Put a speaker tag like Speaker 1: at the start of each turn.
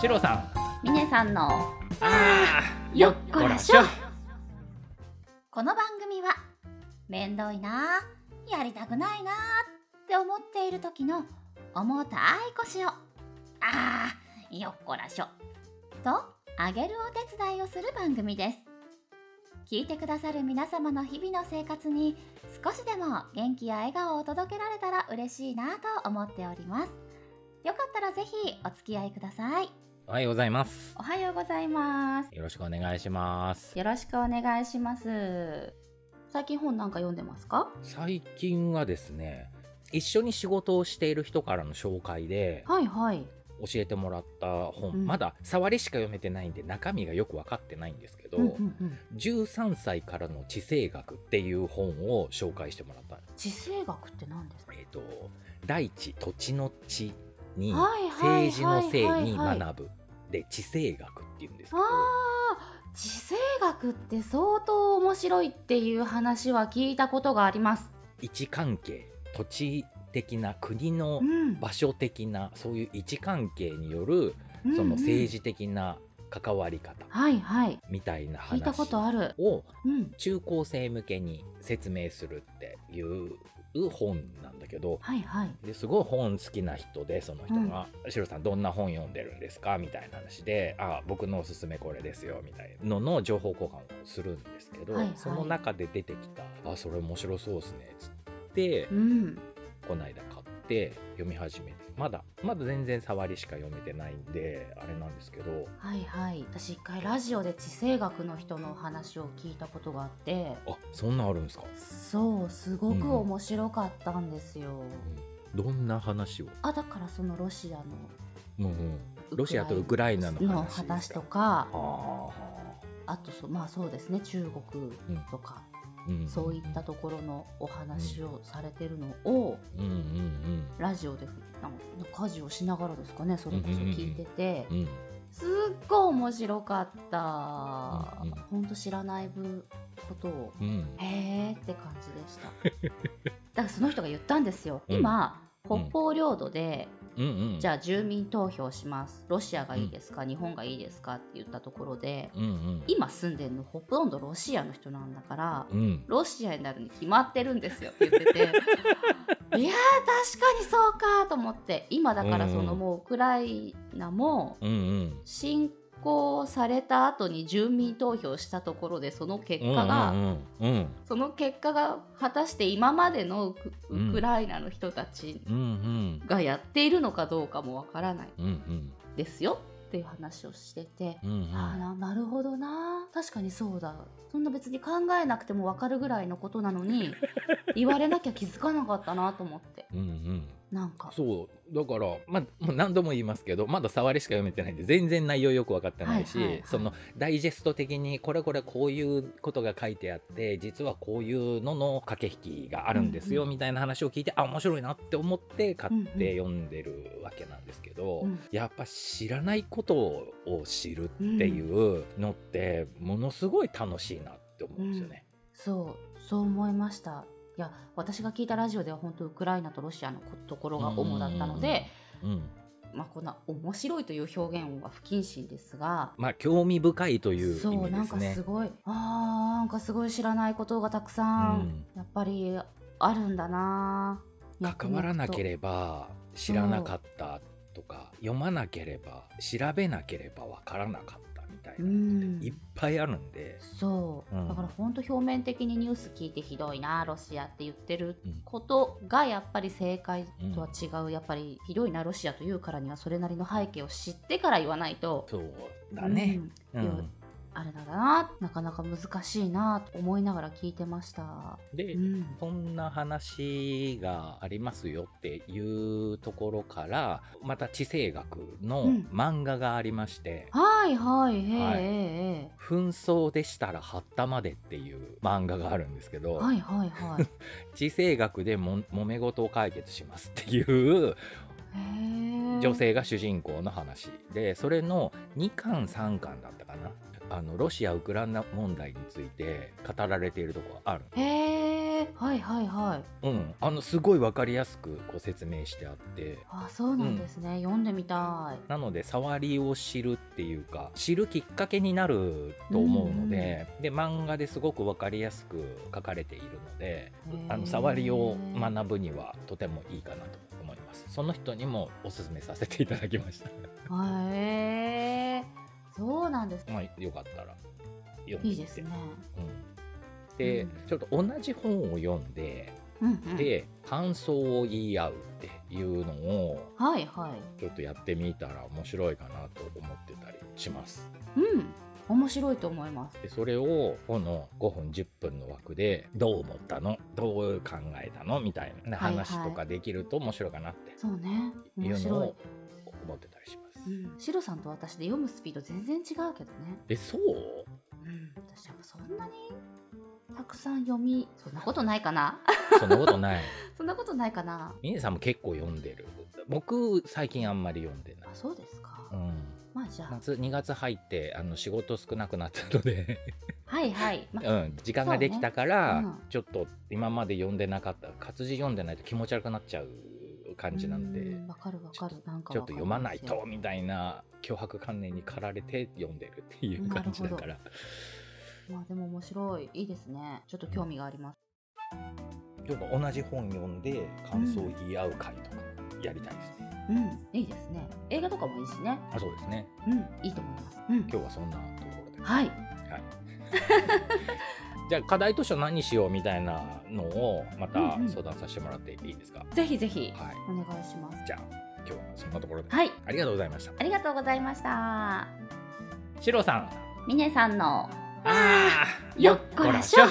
Speaker 1: シロさん
Speaker 2: ミネさんの
Speaker 1: あー
Speaker 2: よっこらしょ
Speaker 1: よっ
Speaker 2: この番組はめんどいなあやりたくないなあって思っている時の重たい腰をあーよっこらしょとあげるお手伝いをする番組です聞いてくださる皆様の日々の生活に少しでも元気や笑顔を届けられたら嬉しいなあと思っておりますよかったらぜひお付き合いください
Speaker 1: おはようございます
Speaker 2: おはようございます
Speaker 1: よろしくお願いします
Speaker 2: よろしくお願いします。最近本なんか読んでますか？
Speaker 1: 最近はですね一緒に仕事をしている人からの紹介で
Speaker 2: はいはい。
Speaker 1: 教えてもらった本、
Speaker 2: うん
Speaker 1: まだ触りしか読めてないんで中身がよく分かってないんですけど、
Speaker 2: うんうんうん。
Speaker 1: 13歳からの地政学っていう本を紹介してもらったんです
Speaker 2: 地政学って何ですか？
Speaker 1: えっ、と大地土地の地に
Speaker 2: はいはいはいはいはい
Speaker 1: 政治の政に学ぶで地政学っていうんですけ
Speaker 2: あ
Speaker 1: ど
Speaker 2: あ、地政学って相当面白いっていう話は聞いたことがあります。
Speaker 1: 位置関係土地的な国の
Speaker 2: うん。
Speaker 1: 場所的なそういう位置関係によるその政
Speaker 2: 治。
Speaker 1: 治的な関わり方
Speaker 2: はいはい。
Speaker 1: みたいな
Speaker 2: 聞いたこと
Speaker 1: 話
Speaker 2: ある。
Speaker 1: を
Speaker 2: うん。
Speaker 1: 中高生向けに説明するっていう本なんだけど
Speaker 2: はいはい。
Speaker 1: ですごい本好きな人でその人が「シロさんどんな本読んでるんですか?」みたいな話で「あ僕のおすすめこれですよ」みたいなのの情報交換をするんですけど、
Speaker 2: はいはい
Speaker 1: その中で出てきた「あそれ面白そうですね」つって
Speaker 2: うん。
Speaker 1: こないだ買って読み始めてまだまだ全然触りしか読めてないんであれなんですけど
Speaker 2: はいはい。私一回ラジオで地政学の人のお話を聞いたことがあって。
Speaker 1: あそんなんあるんですか、
Speaker 2: そうすごく面白かったんですよ、
Speaker 1: うんどんな話を、
Speaker 2: あだからそのロシアの
Speaker 1: うんうん、ロシアとウクライナの話
Speaker 2: の
Speaker 1: ですか
Speaker 2: 話とか
Speaker 1: あ
Speaker 2: あとそまあそうですね中国とか、
Speaker 1: ー、んんん
Speaker 2: そういったところのお話をされてるのを、
Speaker 1: うんうん
Speaker 2: ラジオでなんか家事をしながらですかねそれこそ聞いてて、
Speaker 1: うんうん
Speaker 2: すっごい面白かった、
Speaker 1: うんうん
Speaker 2: ほんと知らない分ことを
Speaker 1: うん
Speaker 2: へーって感じでした だからその人が言ったんですよ今、
Speaker 1: うん
Speaker 2: 北方領土で、
Speaker 1: うんうん
Speaker 2: じゃあ住民投票しますロシアがいいですか、日本がいいですかって言ったところで
Speaker 1: うんうん
Speaker 2: 今住んでるのほとんどロシアの人なんだから
Speaker 1: うん
Speaker 2: ロシアになるに決まってるんですよって 言ってていやー確かにそうかと思って今だからそ
Speaker 1: うんう
Speaker 2: の
Speaker 1: ん
Speaker 2: もうウクライナも
Speaker 1: うんうん
Speaker 2: 侵攻された後に住民投票したところでその結果が、
Speaker 1: うんうんうん
Speaker 2: その結果が果たして今までのウク
Speaker 1: うん
Speaker 2: ウクライナの人たち
Speaker 1: うんうん
Speaker 2: がやっているのかどうかもわからない
Speaker 1: うんうん
Speaker 2: ですよっていう話をしてて、
Speaker 1: うんうん
Speaker 2: ああななるほどな確かにそうだそんな別に考えなくても分かるぐらいのことなの に言われなきゃ気づかなかったなと思って
Speaker 1: うんうん
Speaker 2: なんか
Speaker 1: そうだから、まあ、もう何度も言いますけどまだ触りしか読めてないんで全然内容よく分かってないし、
Speaker 2: はいはいはい
Speaker 1: そのダイジェスト的にこれこれこういうことが書いてあって実はこういうのの駆け引きがあるんですよ
Speaker 2: うんうん
Speaker 1: みたいな話を聞いて、あ面白いなって思って買っ
Speaker 2: うんうん
Speaker 1: て読んでるわけなんですけど、
Speaker 2: うん
Speaker 1: やっぱ知らないことを知るっていうのってものすごい楽しいなって思うんですよね。
Speaker 2: そうそう思いましたいや私が聞いたラジオでは本当ウクライナとロシアのこところが主だったので、
Speaker 1: うん
Speaker 2: まあ、こんな面白いという表現は不謹慎ですが
Speaker 1: まあ、興味深いという意味です
Speaker 2: そ
Speaker 1: ね。
Speaker 2: うなんかすごいあーなんかすごい知らないことがたくさん、
Speaker 1: うん
Speaker 2: やっぱりあるんだな脈
Speaker 1: 関
Speaker 2: 々
Speaker 1: わ
Speaker 2: と
Speaker 1: らなければ知らなかったとか読まなければ調べなければわからなかったみたいなのっていっぱいあるんで、
Speaker 2: そう、
Speaker 1: うん
Speaker 2: だから本当表面的にニュース聞いてひどいなロシアって言ってることがやっぱり正解とは違う、やっぱりひどいなロシアというからにはそれなりの背景を知ってから言わないと
Speaker 1: そうだね、
Speaker 2: うん
Speaker 1: うん
Speaker 2: あれなんだななかなか難しいなと思いながら聞いてました。
Speaker 1: で、
Speaker 2: うん
Speaker 1: そんな話がありますよっていうところからまた地政学の
Speaker 2: うん
Speaker 1: 漫画がありまして「
Speaker 2: はいはいへえ、
Speaker 1: はい
Speaker 2: え
Speaker 1: 紛争でしたらはったまで」っていう漫画があるんですけど、
Speaker 2: えはいはいはいへ
Speaker 1: 地政学でも揉め事を解決しますっていう
Speaker 2: え
Speaker 1: 女性が主人公の話でそれの2巻3巻だったかなあのロシア・ウクライナ問題について語られているところがある
Speaker 2: へえ
Speaker 3: え
Speaker 2: はいはいはい
Speaker 1: うん、あのすごい分かりやすくこう説明してあって
Speaker 2: あそうなんですね、読んでみたい
Speaker 1: なので触りを知るっていうか知るきっかけになると思うので,、で漫画ですごく分かりやすく書かれているのであの触りを学ぶにはとてもいいかなと思いますその人にもおすすめさせていただきまし
Speaker 2: ぶへえそうなんです
Speaker 1: たまあよかったら読んで
Speaker 2: い
Speaker 1: み
Speaker 2: い
Speaker 1: て
Speaker 2: ですね
Speaker 1: うん、で、
Speaker 2: うん
Speaker 1: ちょっと同じ本を読んで
Speaker 2: うんうん
Speaker 1: で感想を言い合うっていうのを
Speaker 2: はいはい
Speaker 1: ちょっとやってみたら面白いかなと思ってたりします。
Speaker 2: うん面白いと思います
Speaker 1: でそれをこの5分10分の枠でどう思ったのどう考えたのみたいな
Speaker 2: はいはい
Speaker 1: 話とかできると面白いかなって
Speaker 2: そうね
Speaker 1: い
Speaker 2: 面
Speaker 1: うの
Speaker 2: 白い
Speaker 1: を思ってたりします。
Speaker 2: うん、シロさんと私で読むスピード全然違うけどね、
Speaker 1: えそう
Speaker 2: うん、私やっぱそんなにたくさん読みそんなことないかな
Speaker 1: そんなことない。
Speaker 2: そんなことないかな
Speaker 1: みねさんも結構読んでる。僕最近あんまり読んでない
Speaker 2: あ。そうですか、
Speaker 1: うん
Speaker 2: まあじゃあ
Speaker 1: 夏2月入ってあの仕事少なくなったので、
Speaker 2: はいはい、まあ
Speaker 1: うん、時間ができたから、
Speaker 2: そうねうん
Speaker 1: ちょっと今まで読んでなかった活字読んでないと気持ち悪くなっちゃう感じなんで
Speaker 2: うわかるわかるなんか
Speaker 1: ちょっと読まない
Speaker 2: わか
Speaker 1: と
Speaker 2: り
Speaker 1: みたいな脅迫観念に駆られて読んでるっていう感じだから
Speaker 2: ますよまあでも面白いいいですねちょっと興味があります
Speaker 1: ちょっと同じ本読んで感想を言い合う会とかやりたいですね、
Speaker 2: うん、いいですね映画とかもいいしね
Speaker 1: あそうですね
Speaker 2: うんいいと思いますうん
Speaker 1: 今日はそんなところで、
Speaker 2: はい
Speaker 1: はい、じゃあ課題図書何しようみたいなのをまた
Speaker 2: うんうん
Speaker 1: 相談させてもらっていいですか、
Speaker 2: ぜひぜひ
Speaker 1: はい
Speaker 2: お願いします
Speaker 1: じゃあ今日はそんなところで
Speaker 2: はい
Speaker 1: ありがとうございました
Speaker 2: ありがとうございました
Speaker 1: シロさん
Speaker 2: ミネさんの
Speaker 1: あ
Speaker 2: よっこらしょ